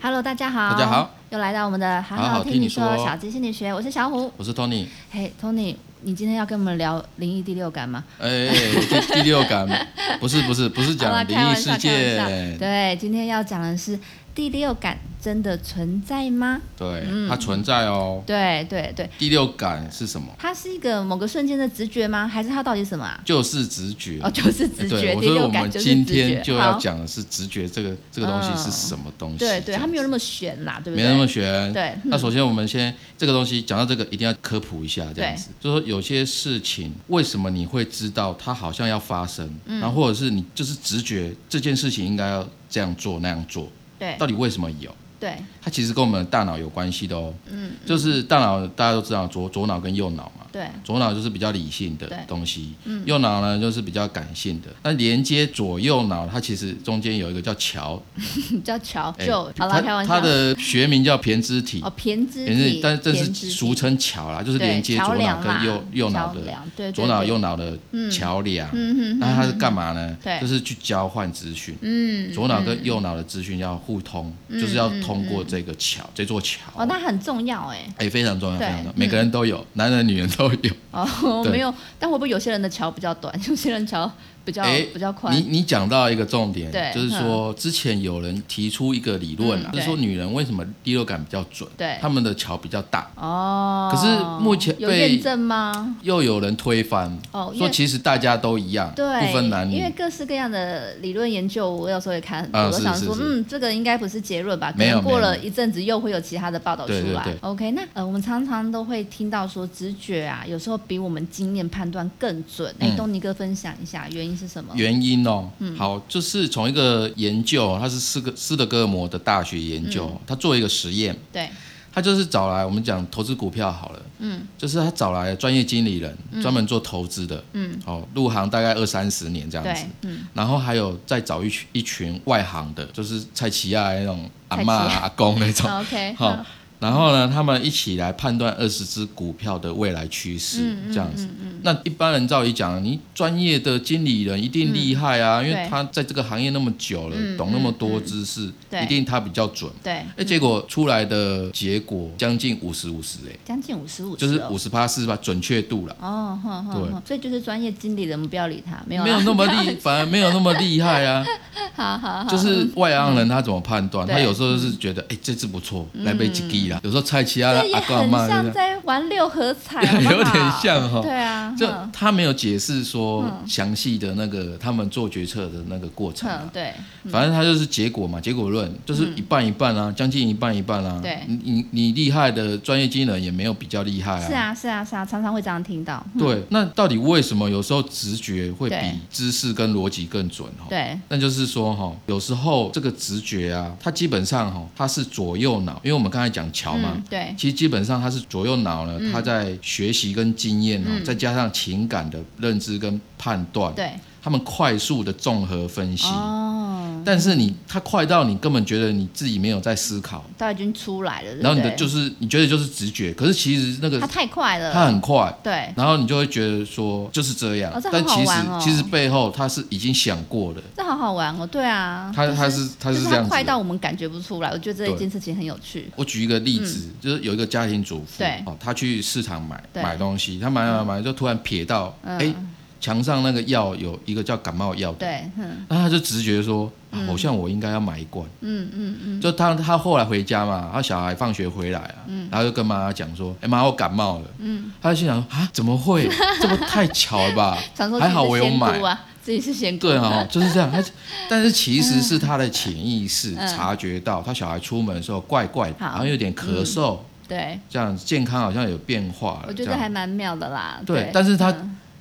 Hello，大家好，大家好，又来到我们的好好好听听你你说小鸡心理学，我是小虎。我是 Tony。嘿、t o n y 你今天要跟我们聊灵异第六感吗？哎，第第六感不是不是不是好啦开讲灵异玩笑世开玩笑界，对，今天要讲的是第六感真的存在吗？对嗯，它存在哦。对对对，第六感是什么？它是一个某个瞬间的直觉吗？还是它到底是什么啊？就是直觉。哦，就是哎直觉，对，我第所以我六感们就是今直觉天就要好讲的是直觉这个这个东西是什么东西？对对，这样它没有那么悬啦，对不没对？那么悬。对那首先我们先这个东西讲到这个，一定要科普一下，这样子，就说有些事情为什么你会知道它好像要发生，嗯然后或者是你就是直觉这件事情应该要这样做那样做，对到底为什么有？对它其实跟我们的大脑有关系的哦。嗯，就是大脑大家都知道左左脑跟右脑嘛，对 左脑就是比较理性的对嗯东西，右脑呢就是比较感性的。那连接左右脑，它其实中间有一个叫桥，对，叫桥哎就好它啦，开玩笑。它的学名叫胼胝体哦，，偏肢胼胝体体，，但是这偏是肢体俗称桥啦，就是对连接桥左脑梁啦跟右右脑桥的梁对对左脑对右脑的桥梁。嗯那它是干嘛呢？对就是去交换资讯。嗯左脑跟右脑的资讯要互通，就是要通过嗯这个桥，这座桥。哦，那很重要 哎。哎、非常重要，非对常重要嗯，每个人都有，男人女人都 有。哦，对没有，但会不会有些人的桥比较短，有些人桥比较哎比较宽你？你讲到一个重点对，就是说之前有人提出一个理论啊嗯，就是说对女人为什么第六感比较准，对他们的桥比较大，哦。可是目前有被验证吗？又有人推翻，哦，因说为其实大家都一样，对，不分男因为女。各式各样的理论研究，我有时候也看很多，啊我都是想是说，是嗯，这个应该不是结论吧？可没有能过没有了一阵子又会有其他的报道出对对来。对 OK，那呃，我们常常都会听到说，直觉啊，有时候比我们经验判断更准。哎、嗯东尼哥分享一下原因是什么？原因哦，嗯好，就是从一个研究，它是斯格斯德哥尔摩的大学研究，嗯他做一个实验，对，他就是找来我们讲投资股票好了，嗯，就是他找来专业经理人，嗯专门做投资的，嗯，哦，入行大概二三十年这样子对，，嗯，然后还有再找一群一群外行的，就是蔡奇亚那种阿嬷菜奇亚嗯阿公那 种，好 OK，好、好然后呢，他们一起来判断二十只股票的未来趋嗯势，这样子。那一般人照理讲，你专业的经理人一定厉害啊，因为对他在这个行业那么久了，嗯懂那么多知识，对一定他比较准。对，哎，结果出来的结果将近五十五十，哎，将近五十五，就是五十八四吧，准确度了。哦，哼哼对哼，所以就是专业经理人不要理他，没有没有啊，那么厉， 反而没有那么厉害啊。好好嗯好，就是外行人他怎么判断？对他有时候是觉得，哎、这只不错，来杯几滴啦。有时候猜其他的嗯这也阿公阿很妈像在玩六合彩，好不好 有点像哦哈、啊对嗯啊，就 哼他没有解释说详细的那个他们做决策的那个过程、哼啊，对，反正他就是结果嘛，结果论就是一半一半啊，将近一半一半啊。对你你你厉害的专业经理人也没有比较厉害是啊是啊是啊，常常会这样听到，对，那到底为什么有时候直觉会比嗯对知识跟逻辑更准哈？对那就是说哈、有时候这个直觉啊，它基本上哈、它是左右脑，因为我们刚才讲桥嘛，嗯对其实基本上它是左右脑呢，它在学习跟经验哦，再加上情感的认知跟判断，嗯对，他们快速的综合分析。哦，但是你它快到你根本觉得你自己没有在思考，都已经出来了，对不然后你的对就是你觉得就是直觉，可是其实那个他太快了，它很快。对然后你就会觉得说就是这样，哦这好但其实、好玩哦其实背后他是已经想过了，这好好玩哦，对啊，他就是他是他就是这样子快的。到我们感觉不出来，我觉得这一对件事情很有趣，我举一个例子，就是有一个家庭主妇，嗯对哦，她去市场买对买东西，她买买买，就突然瞥到，嗯哎、墙上那个药有一个叫感冒药的，对，嗯那她就直觉说，啊好像我应该要买一罐。嗯嗯嗯，？就她她后来回家嘛，她小孩放学回来啊，然后就跟妈妈讲说，哎、妈，我感冒了。嗯，她就心想啊，怎么会？这不太巧了吧传说自还己好是我有仙买姑。啊，自己是仙姑，对哦，就是这 样。他但是其实是他的潜意识嗯察觉到，他小孩出门的时候怪怪的，好好像有点咳嗽，对，这样健康好像有变化了。我觉这得样还蛮妙的啦。嗯对但是他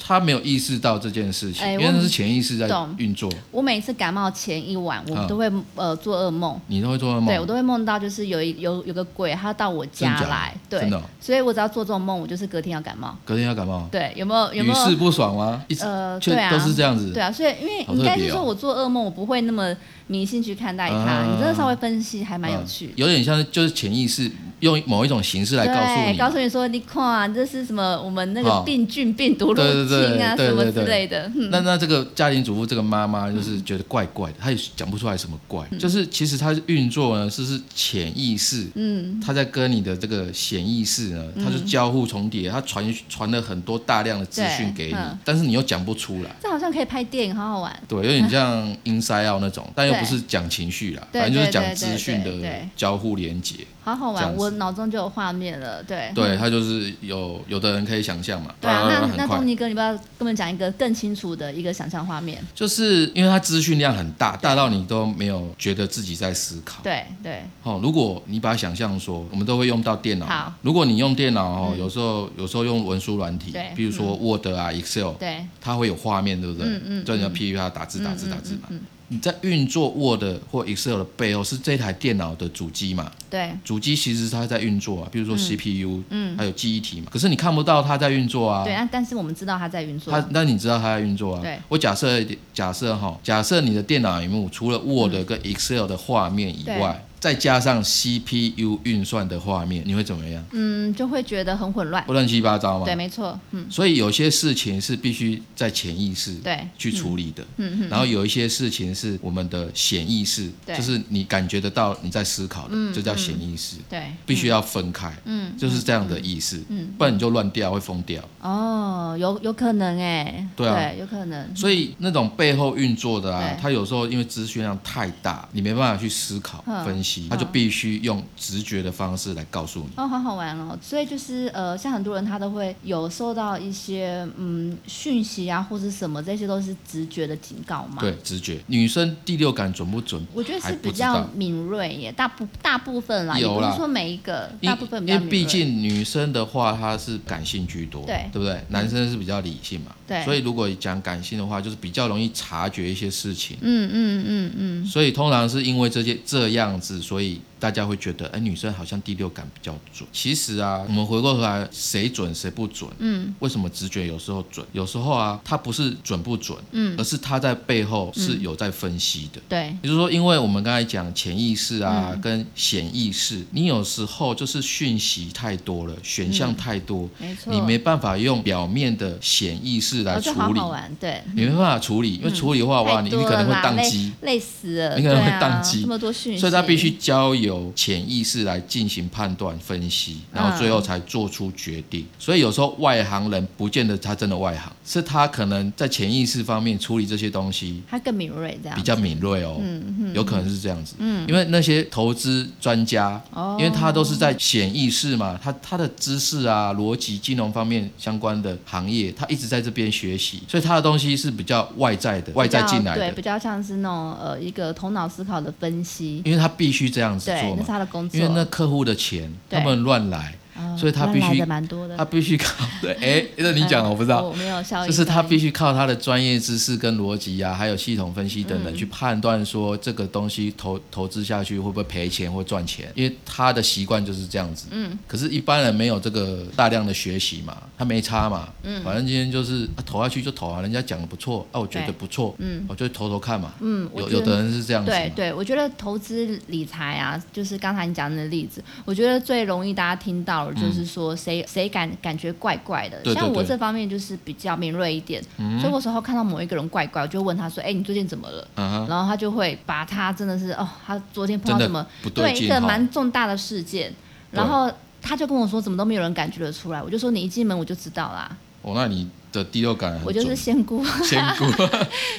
他没有意识到这件事情，哎因我为那是潜意识在懂运作。我每次感冒前一晚，我嗯都会、呃做噩梦，你都会做噩对我梦，都会梦到就是有一有有个鬼，他到我家真假的来，对真的哦，所以我只要做这种梦，我就是隔天要感冒。隔天要感冒，对，有没有有没屡试有？不爽吗？一直呃，却对啊，都是这样子对。啊，所以因为好特别哦应该是说我做噩梦，我不会那么迷信去看待它。嗯你真的稍微分析还蛮有趣嗯有点像是就是潜意识用某一种形嗯式来告诉对，你，告诉你说，你看、啊、这是什么，我们那哦个病菌、病毒入对对对侵啊，对什么对对之类的。嗯那那这个家庭主妇这个妈妈就是觉得怪怪的，她也讲不出来什么怪，就是其实她运作呢是是潜意识，嗯，她在跟你的这个潜意识呢，她就交互重叠，她传传了很多大量的资讯给你对嗯，但是你又讲不出来。这好像可以拍电影，好好玩。对，有点像 inside out 那种，但又对不是讲情绪啦，对反正就是对讲对资讯对的对嗯交互连接。好好这样玩，子我脑中就有画面了，对。对，它就是有有的人可以想象嘛，对啊，那很那快东尼哥，你不要跟我们讲一个更清楚的一个想象画面。就是因为它资讯量很大，大到你都没有觉得自己在思考。对对，哦，如果你把它想象说，我们都会用到电脑嘛。好嗯如果你用电脑哦，有时候有时候用文书软体对，嗯比如说 Word 啊、Excel，对它会有画面，对不对？嗯嗯叫人家噼里啪啦打字、打字、打字嘛。你在运作 Word 或 Excel 的背后是这台电脑的主机嘛？对，主机其实是它在运作啊，比如说 CPU，嗯，还有记忆体嘛。可是你看不到它在运作啊。对啊，但是我们知道他在运作。它那你知道它在运作啊？对我假设一点假设哈，假设你的电脑荧幕除了 Word 跟 Excel 的画面以外，再加上 CPU 运算的画面，你会怎么样？嗯，就会觉得很混乱。不乱七八糟吗？对，没错，嗯，所以有些事情是必须在潜意识对，去处理的。嗯嗯然后有一些事情是我们的潜意识，对就是你感觉得到你在思考的，这叫潜意识，对，必须要分开，嗯，就是这样的意思，嗯不然你就乱掉，会疯掉。哦，有有可能哎，对啊有可能，所以那种背后运作的啊对，它有时候因为资讯量太大，你没办法去思考嗯分析嗯，它就必须用直觉的方式来告诉你。哦，好好玩哦！所以就是呃，像很多人他都会有受到一些嗯讯息啊，或是什么，这些都是直觉的警告嘛。对，，直觉，女生第六感准不准？我觉得还是不比知道较敏锐耶，大部大部分啦，也有不啦是说每一个，因大部分比因较敏为毕锐。竟女生的话，她是感性居多，对嗯对不对？男生是比较理性嘛，对所以如果讲感性的话，就是比较容易察觉一些事情。嗯嗯嗯嗯，所以通常是因为这些这样子，所以大家会觉得，哎、女生好像第六感比较准。其实啊，我们回过头来，谁准谁不准？嗯，为什么直觉有时候准，有时候啊，它不是准不准，嗯，而是它在背后是有在分析的。对也就是说，因为我们刚才讲潜意识啊，嗯跟显意识，你有时候就是讯息太多了，选项太多，没嗯错你没办法用表面的显意识来哦，处就好理，好玩，对。你没办法处理，因为处理的话，哇，太你多你可能会了啦宕机，，累累死了，你可能会对啊宕机这么多讯息，所以他必须交由潜意识来进行判断、分析，嗯然后最后才做出决定。所以有时候外行人不见得他真的外行，是他可能在潜意识方面处理这些东西他更敏锐这样比。较敏锐哦，嗯有可能是这样子。因为那些投资专家，哦因为他都是在潜意识嘛，他他的知识啊、逻辑、金融方面相关的行业，他一直在这边学习，所以他的东西是比较外在的、外在进来对，的比，较像是那种呃一个头脑思考的分析，因为他必须这样子对做，那嘛是。他的工作。因为那客户的钱对他们乱来，哦所以他乱必来须的蛮多的。他必须靠 对，哎，那你讲嗯我不知道，我没有效益，就是他效益必须靠他的专业知识跟逻辑啊，还有系统分析等等、嗯去判断说这个东西投投资下去会不会赔钱或赚钱，因为他的习惯就是这样子。嗯，可是，一般人没有这个大量的学习嘛，他没差嘛。嗯，反正今天就是、啊、投下去就投啊，人家讲的不错，啊，我觉得对不错，嗯，我就投投看嘛。嗯，我有觉有得的人是这样子嘛，对对，我觉得投资理财啊，就是刚才你讲的例子，我觉得最容易大家听到的就是说谁、谁感感觉怪怪的，嗯对对像我对这方面就是比较敏锐一点，所以我有时候看到某一个人怪怪，我就问他说：“哎、你最近怎么了？”嗯哼，然后他就会把他真的是哦，他昨天碰真到的什么不对一劲个哈。蛮重大的事件，对然后他就跟我说怎么都没有人感觉得出来，我就说你一进门我就知道啦，哦，那你的第六感很我就是准仙姑， 仙姑，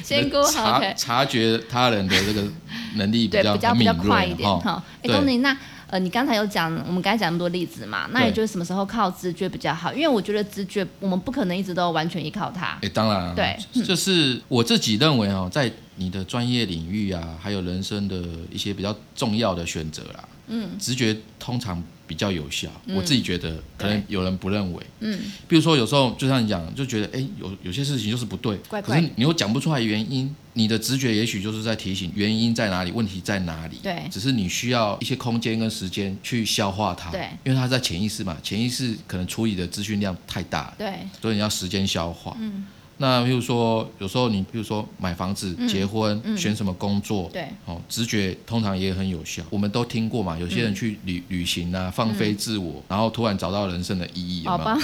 仙姑好 察 OK，察觉他人的这个能力比对，较比较很比敏较锐快一点哈哈。哎，对东尼，那呃，你刚才有讲，我们刚才讲那么多例子嘛，那你对觉得什么时候靠直觉比较好？因为我觉得直觉我们不可能一直都完全依靠它哎、。当然、啊，对，就是我自己认为哦，在你的专业领域啊，还有人生的一些比较重要的选择啦，嗯，直觉通常比较有效，我自己觉得，可能有人不认为，嗯，比如说有时候就像你讲，就觉得哎、有有些事情就是不对，怪可怪是你又讲不出来原因，你的直觉也许就是在提醒原因在哪里，问题在哪里，对只是你需要一些空间跟时间去消化它，对，因为它在潜意识嘛，潜意识可能处理的资讯量太大了。对，所以你要时间消化。嗯，那譬如说，有时候你譬如说买房子、嗯结婚、嗯选什么工作，对，哦，直觉通常也很有效。我们都听过嘛，有嗯些人去旅、旅行啊，放飞自我，然后突然找到人生的意义，有好没吧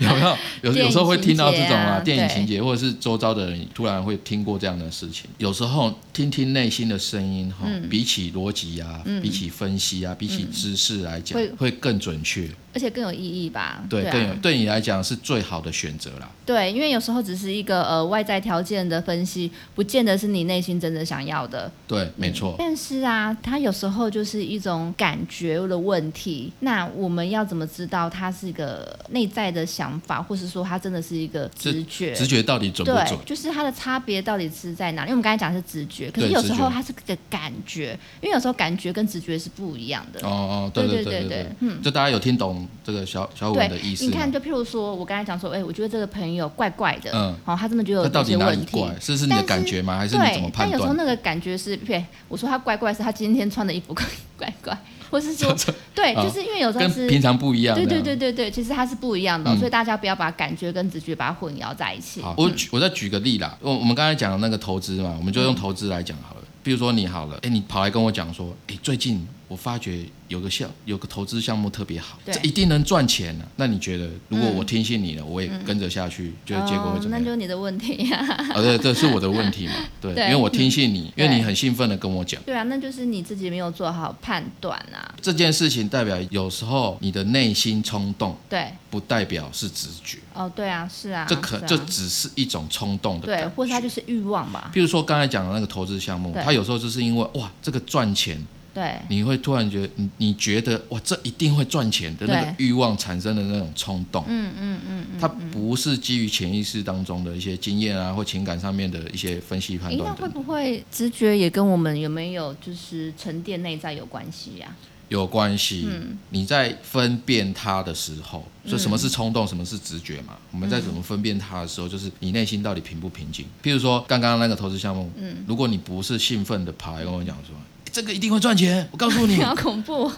有？， 有没有？有有时候会听到这种啊，电电影情节啊影情节，或者是周遭的人突然会听过这样的事情。有时候听听内心的声音哈、嗯比起逻辑啊，嗯比起分析啊，比起知识来讲，会会更准确。而且更有意义吧？对，啊更有对你来讲是最好的选择啦。对，因为有时候只是一个呃外在条件的分析，不见得是你内心真的想要的。对，没错。但是啊，它有时候就是一种感觉的问题。那我们要怎么知道它是一个内在的想法，或是说它真的是一个直觉？直觉到底准不对准？，就是它的差别到底是在哪里？因为我们刚才讲的是直觉，可是对有时直觉候它是个感觉，因为有时候感觉跟直觉是不一样的。哦哦，对对对对对对，嗯。就大家有听懂这个小小五对的意，思你看，吗？就譬如说，我刚才讲说，哎、我觉得这个朋友怪怪的，嗯哦，他真的就有那到这底些哪问里题，怪？是是你但的是感觉吗？还是你怎么对，判但有时候断？那个感觉是，对，我说他怪怪是，他今天穿的衣服怪怪怪， 或 是说，对，哦就是因为有时候跟是，平常不一样。对这对样对对对，其实它是不一样的哦，嗯所以大家不要把感觉跟直觉把它混淆在一起。好，我举我再举个例啦，我我们刚才讲的那个投资嘛，我们就嗯用投资来讲好了。比如说你好了，哎，你跑来跟我讲说，哎，最近我发觉有个项有个投资项目特别好，对嗯这一定能赚钱啊。那你觉得，如果我听信你了，我也跟着下去，觉得结果会怎哦、那么样？就是你的问题呀、 啊，对，这是我的问题嘛，对，对因为我听信你，对因为你很兴奋的跟我讲对啊，那就是你自己没有做好判断啊。这件事情，代表有时候你的内心冲动，对，不代表是直觉，哦，对啊，是啊，这可是啊这只是一种冲动的对，感或是它觉。就是欲望吧。譬如说刚才讲的那个投资项目对，它有时候就是因为哇，这个赚钱，对，你会突然觉得你你觉得哇，这一定会赚钱的那个欲望产生的那种冲动，嗯嗯嗯嗯，它不是基于潜意识当中的一些经验啊或情感上面的一些分析判嗯诶那断会的，不会直觉也跟我们有没有就是沉淀内在有关系呀、 有关系。嗯你在分辨它的时候，就什么是冲动，什么是直觉嘛？我们在怎么分辨它的时候，就是你内心到底平不平静。譬如说刚刚那个投资项目，嗯如果你不是兴奋的跑来跟我讲说。欸这个一定会赚钱，我告 诉你，好恐怖哦！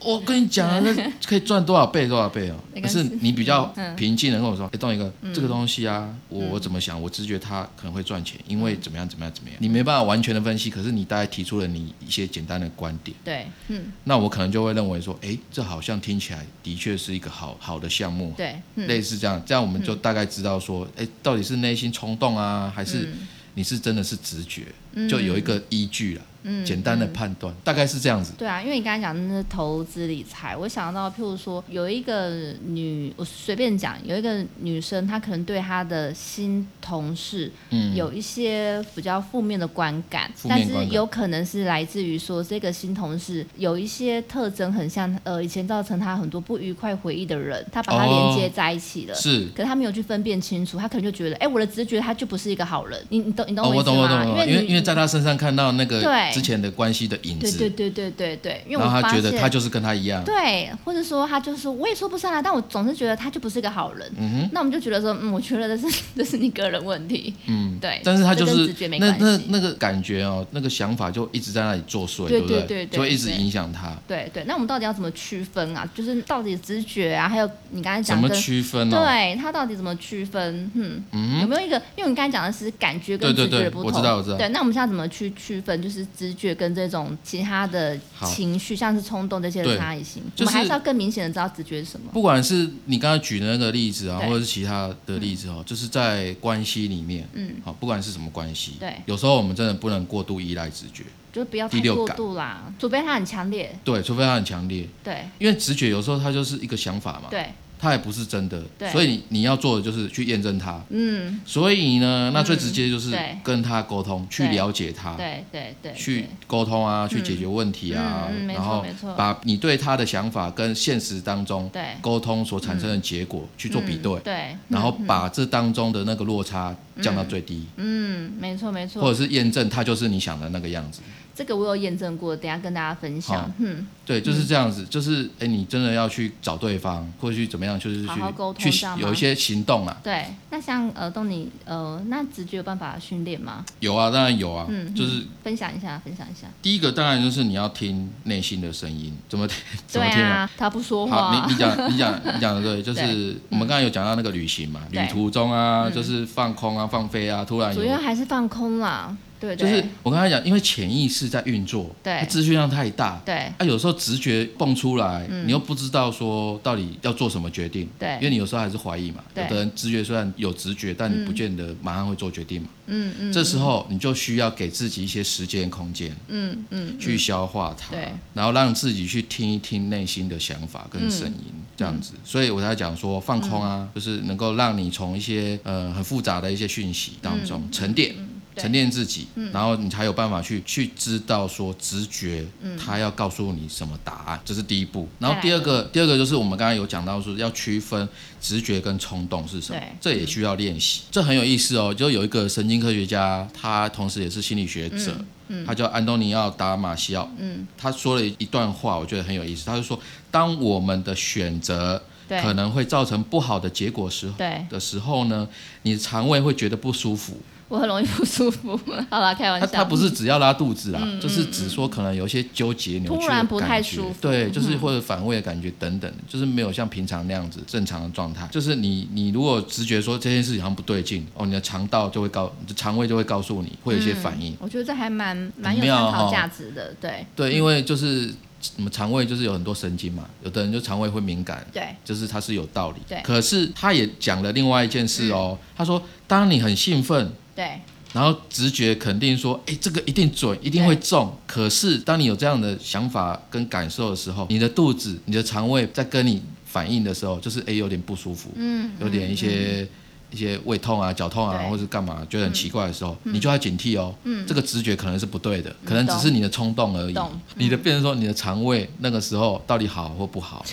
我跟你 讲啊，那可以赚多少倍多少倍哦。没可关系是你比较嗯平静的跟我说，哎，动一个这个东西啊，我我怎么想，我直觉它可能会赚钱，因嗯为怎么样怎么样怎么样，你没办法完全的分析，可是你大概提出了你一些简单的观点。对，嗯，那我可能就会认为说，诶，这好像听起来的确是一个好好的项目，对，嗯，类似这样，这样我们就大概知道说，诶，到底是内心冲动啊，还是你是真的是直觉，嗯就有一个依据了，嗯简单的嗯判断，大概是这样子。对啊，因为你刚才讲的那是投资理财，我想到譬如说有一个女，我随便讲，有一个女生，她可能对她的新同事嗯，有一些比较负面的观感，负面但观感是有可能是来自于说这个新同事有一些特征很像呃以前造成她很多不愉快回忆的人，她把它连接在一起了。哦是。可是她没有去分辨清楚，她可能就觉得，哎、我的直觉她就不是一个好人，你你懂你懂哦，我意思懂，我懂，吗？我懂，因因为为因为你在他身上看到那个对之前的关系的影对子对，对对对对，因为然我后发他觉现得他就是跟他一样，对，或者说他就是我也说不上来，但我总是觉得他就不是个好人。那我们就觉得说，嗯，我觉得这是这是你个人问题。嗯，对，但是他就这跟是直觉没那关那系。那个感觉哦，那个想法就一直在那里作祟，对不对对对就会一直对影响他。对对，那我们到底要怎么区分啊？就是到底直觉啊，还有你刚才怎讲么跟区分哦呢、对他到底怎么区分？嗯，有没有一个？因为你刚才讲的是感觉跟对直对觉的对不同，我知道我知道对，那我们现在怎么去区分？就是直觉跟这种其他的好情绪，像是冲动这些的对差异性，就我们还是是要更明显的知道直觉是什么。不管是你刚才举的那个例子啊，对或者是其他的例子哦，就是在关系里面，嗯，好，不管是什么关系，对有时候我们真的不能过度依赖直觉，就是不要第太六过感度啦，除非它很强烈。对，除非它很强烈，对因为直觉有时候它就是一个想法嘛，对，它也不是真的对，所以你你要做的就是去验证它，嗯，所以呢，那最直接就是对跟他沟通，去对了解他，对对对，啊去对沟通啊，去解决问题啊嗯嗯嗯，没错然后没错把你对他的想法跟现实当中对沟通所产生的结果去做比对嗯，对，然后把这当中的那个落差降到最低，嗯，没错没或错者，是验证它就是你想的那个样子。这个我有验证过，等一下跟大家分享好。嗯，对，就是这样子，就是哎，你真的要去找对方，或者去怎么样样，就是去好好沟通去这样吗有一些行动啊，对，那像呃东尼呃，那直觉有办法训练吗？有啊，当然有啊，嗯，就是嗯分享一下，分享一下。第一个当然就是你要听内心的声音，怎么听？ 怎对么听啊，他不说话好，啊，嗯你你讲你讲 你讲的对，就是我们刚才有讲到那个旅行嘛，旅对嗯途中啊，就是放空啊、放飞啊，突然有主要还是放空啦，对不就对？是我刚才讲，因为潜意识在运作，对它资讯量太大，对啊，有时候直觉蹦出来，你又不知道说到底要做什么决定，嗯对因为你有时候还是怀疑嘛。有对的人直觉虽然有直觉，但你不见得马上会做决定嘛。嗯嗯这时候你就需要给自己一些时间空间嗯嗯，去消化它对，然后让自己去听一听内心的想法跟声音。这样子，所以我才讲说放空啊，就是能够让你从一些呃很复杂的一些讯息当中沉淀，对沉淀自己，然后你才有办法去去知道说直觉，它要告诉你什么答案，这是第一步。然后第二个，第二个就是我们刚才有讲到说要区分直觉跟冲动是什么对，这也需要练习，这很有意思哦。就有一个神经科学家，他同时也是心理学者。嗯他叫安东尼奥·达马西奥，嗯，他说了一段话，我觉得很有意思。他就说，当我们的选择对可能会造成不好的结果时候对，的时候呢，你肠胃会觉得不舒服，我很容易不舒服。 好啦，开玩它笑。它不是只要拉肚子啦，就是只说可能有一些纠结扭嗯曲的突然不太感觉舒服嗯对，就是或者反胃的感觉等等，就是没有像平常那样子正常的状态。就是你你如果直觉说这件事情好像不对劲，哦，你的肠道就会告，你的肠胃就会告诉你，会有一嗯些反应。我觉得这还蛮蛮有很妙参考哦价值的，对对，因为就是什么肠胃就是有很多神经嘛，有的人就肠胃会敏感，对就是它是有道理。对嗯可是他也讲了另外一件事哦，他说当你很兴奋。对然后直觉肯定说，哎，这个一定准，一定会中。可是当你有这样的想法跟感受的时候，你的肚子、你的肠胃在跟你反应的时候，就是哎有点不舒服，嗯，有点一些、一些胃痛啊、脚痛啊，对或是干嘛觉得很奇怪的时候，你就要警惕哦。嗯，这个直觉可能是不对的，可能只是你的冲动而已嗯懂。你的变成说你的肠胃那个时候到底好或 不好，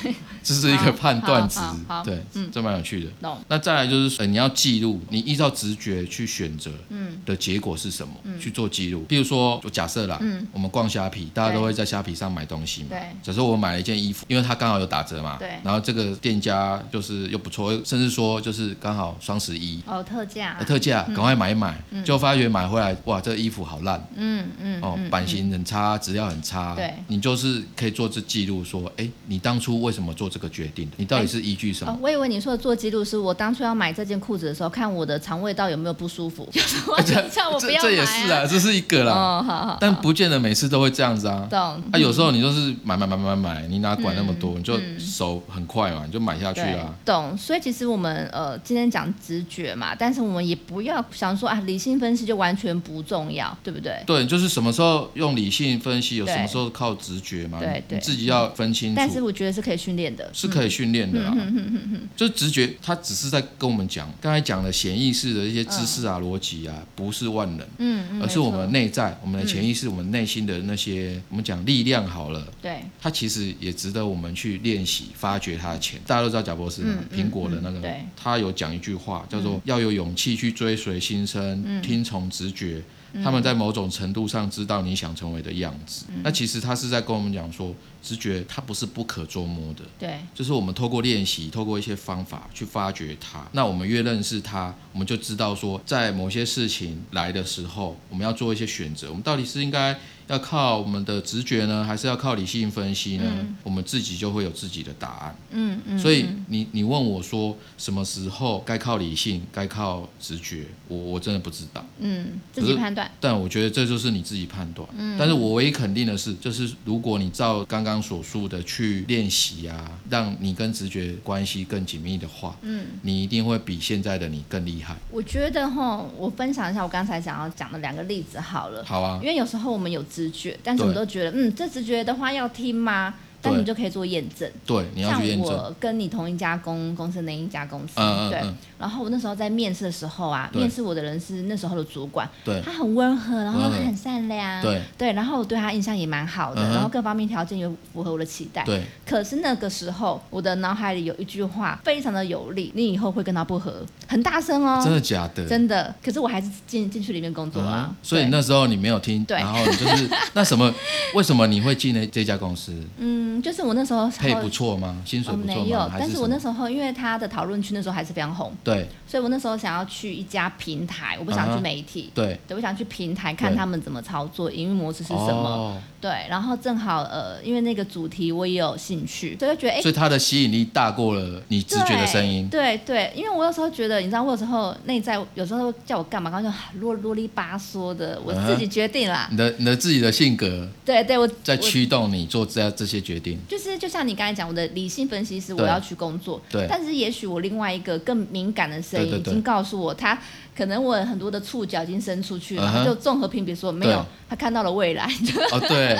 这是一好个判断值好好好。嗯对，这蛮有趣的。懂那再来就是，呃，你要记录你依照直觉去选择，嗯，的结果是什么，嗯去做记录。比如说，我假设啦，嗯，我们逛虾皮，大家都会在虾皮上买东西嘛，对假设我买了一件衣服，因为它刚好有打折嘛，对然后这个店家就是又不错，甚至说就是刚好双十一。哦，特价呃，特价，赶快买一买，就发觉买回来，哇，这衣服好烂，嗯嗯，哦，版型很差，质量很差。对你就是可以做这记录，说，哎，你当初为什么做这个决定的？你到底是依据什么哦？，我以为你说的做记录是我当初要买这件裤子的时候，看我的肠胃道有没有不舒服， 就是我就叫我不哎 这要买、啊这也是啊，这是一个啦。哦，好好，但不见得每次都会这样子啊。懂，啊，有时候你就是买买买买买，你哪管那么嗯多，你就手很快嘛，你就买下去对，啊。懂。所以其实我们呃今天讲直觉嘛，但是我们也不要想说啊理性分析就完全不重要，对不对？对，就是什么时候用理性分析，有对什么时候靠直觉嘛，对你对你自己要分清但是嗯我楚。觉得是可以训练的，是可以训练的啦，就直觉，它只是在跟我们讲，刚才讲的潜意识的一些知识啊、逻辑啊，不是万能，嗯嗯，而是没我错嗯们内在、我们的潜意识、我们内心的那些，我们讲力量好了，对它其实也值得我们去练习发掘它的潜。大家都知道贾博士嘛，嗯嗯苹果的那个，嗯对他有讲一句话叫做“要有勇气去追随心声，听从直觉”他们在某种程度上知道你想成为的样子。那其实他是在跟我们讲说，直觉它不是不可捉摸的。对，就是我们透过练习，透过一些方法去发掘它。那我们越认识它，我们就知道说，在某些事情来的时候，我们要做一些选择。我们到底是应该要靠我们的直觉呢，还是要靠理性分析呢？我们自己就会有自己的答案。嗯嗯，所以你你问我说，什么时候该靠理性，该靠直觉？我我真的不知道。嗯自可己是判断，但我觉得这就是你自己判断。嗯但是我唯一肯定的是，就是如果你照刚刚所述的去练习啊，让你跟直觉关系更紧密的话，嗯，你一定会比现在的你更厉害。我觉得哈，我分享一下我刚才想要讲的两个例子好了。好啊因，为有时候我们有直觉，但是我对们都觉得，嗯，这直觉的话要听吗？但对你就可以做验证。对，你要像去验证。我跟你同一家公公司那一家公司，嗯嗯对、嗯然后我那时候在面试的时候啊，对面试我的人是那时候的主管， 对他很温和，然后温和他很善良，对然后我对他印象也蛮好的，嗯哼然后各方面条件也符合我的期待。对可是那个时候，我的脑海里有一句话非常的有力，你以后会跟他不合，很大声哦，真的假的？真的，可是我还是进进去里面工作啊。啊所以对那时候你没有听，对 然后你就是那什么？为什么你会进了这家公司？嗯，嗯，就是我那时候配不错吗？薪水哦不错没有吗？，还但是是什我那么？时候因为他的讨论区那时候还是非常红，对所以我那时候想要去一家平台，我不想嗯去哼媒体。对，对，我想去平台看对他们怎么操作，营运模式是什么。哦对，然后正好呃，因为那个主题我也有兴趣，所以就觉得哎， 诶所以它的吸引力大过了你直觉的声音。对对，因为我有时候觉得，你知道，我有时候内在有时候叫我干嘛，然后就啊啰啰里吧嗦的，啊我自己决定啦。你的你的自己的性格对对，我在我驱动你做这这些决定， 就是就像你刚才讲，我的理性分析师，我对要去工作，对但是也许我另外一个更敏感的声音对对已对经告诉我，他可能我很多的触角已经伸出去了，嗯他哼就综合评比说没有对，他看到了未来， 哦，对，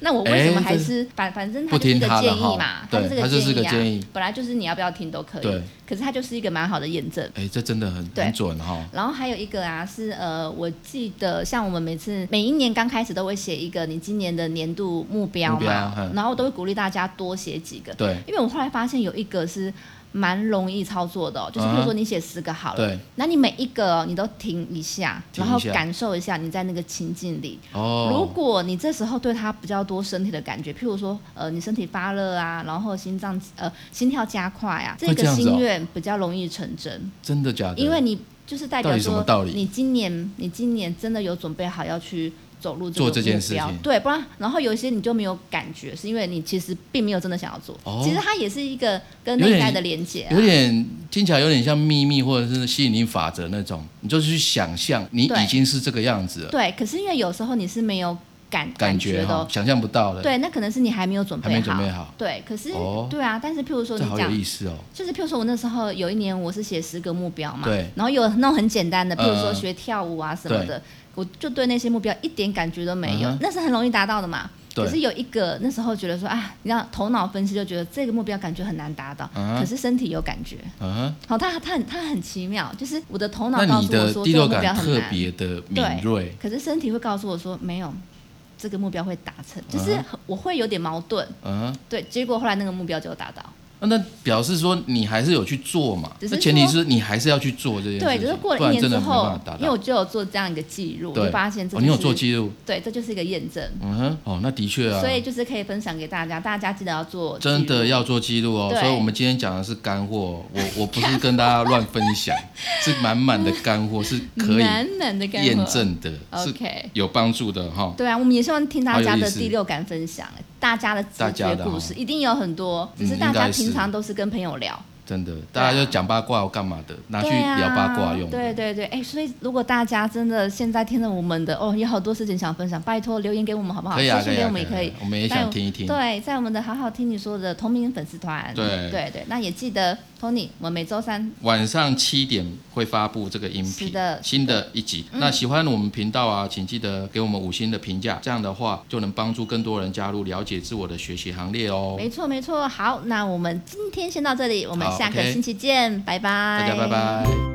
那我为什么哎还这是反反正他不就是一听个他的建议哈嘛，对这个他就建是议个啊，建议本来就是你要不要听都可以对，可是他就是一个蛮好的验证。哎，这真的很对很准哦哈、然后还有一个啊，是呃，我记得像我们每次每一年刚开始都会写一个你今年的年度目标嘛，目标嗯然后我都会鼓励大家多写几个，对因为我后来发现有一个是蛮容易操作的哦、就是比如说你写十个好了，啊对，那、你每一个、哦、你都停一下，停一然后下感受一下你在那个情境里。如哦，果你这时候对它比较多身体的感觉，譬如说，呃，你身体发热啊，然后心脏呃心跳加快啊，这会个这样子哦心愿比较容易成真。真的假的？因为你就是代表到底什么说道，理你今年你今年真的有准备好要去走路做这这个件目事标情，对，不然然后有一些你就没有感觉，是因为你其实并没有真的想要做。哦其实它也是一个跟有内点在的连接、啊有。点听起来有点像秘密或者是吸引力法则那种，你就是去想象你对已经是这个样子了，对，可是因为有时候你是没有感感觉觉的哈哦、，想象不到了，对，那可能是你还没有准还备没好。准备好，对，可是、哦对啊，但是譬如说这你好有讲意思哦，就是譬如说，我那时候有一年我是写十个目标嘛，对然后有那种很简单的，譬如说嗯学跳舞啊什么的，我就对那些目标一点感觉都没有，嗯哼那是很容易达到的嘛。对可是有一个那时候觉得说啊，你知道头脑分析就觉得这个目标感觉很难达到，嗯哼可是身体有感觉。嗯哼，好，它它很它很奇妙，就是我的头脑那告你诉我的说第这个六目标感很特难，别的敏锐，可是身体会告诉我说没有，这个目标会达成，就是嗯我会有点矛盾。嗯哼。啊对，结果后来那个目标就有达到。那那表示说你还是有去做嘛？只是那前提是你还是要去做这件事情，对，就是过不了一然年真之的没后办法达，因为到。我就有做这样一个记录，我对就发现这、就哦，是你有做记录，对，这就是一个验证，嗯哼，哦，那的确啊，所以就是可以分享给大家，大家记得要做记录，真的要做记录哦，对所以我们今天讲的是干货，我我不是跟大家乱分享， 是满满的干货，是可以满满的干货验。证的，是 OK，有帮助的哈。对啊，我们也希望听大家好有的意思第六感分享，大家的直大觉家的哦故事、一定有很多，只是嗯大应家该是平常都是跟朋友聊，真的，大家就讲八卦干嘛的，拿去对啊聊八卦用对的。对对，哎，所以如果大家真的现在听了我们的哦，有好多事情想分享，拜托留言给我们好不好？可以啊，私可信以给我啊，们也可以啊。我们也在想听一听。对，在我们的好好听你说的同名粉丝团，对对对，那也记得 Tony，我们每周三晚上七点会发布这个音是频的，嗯新的一集。那喜欢我们频道啊，请记得给我们五星的评价，这样的话就能帮助更多人加入了解自我的学习行列哦。没错没错。好，那我们今天先到这里，我们好下个，OK 星期见，拜拜，大家拜拜。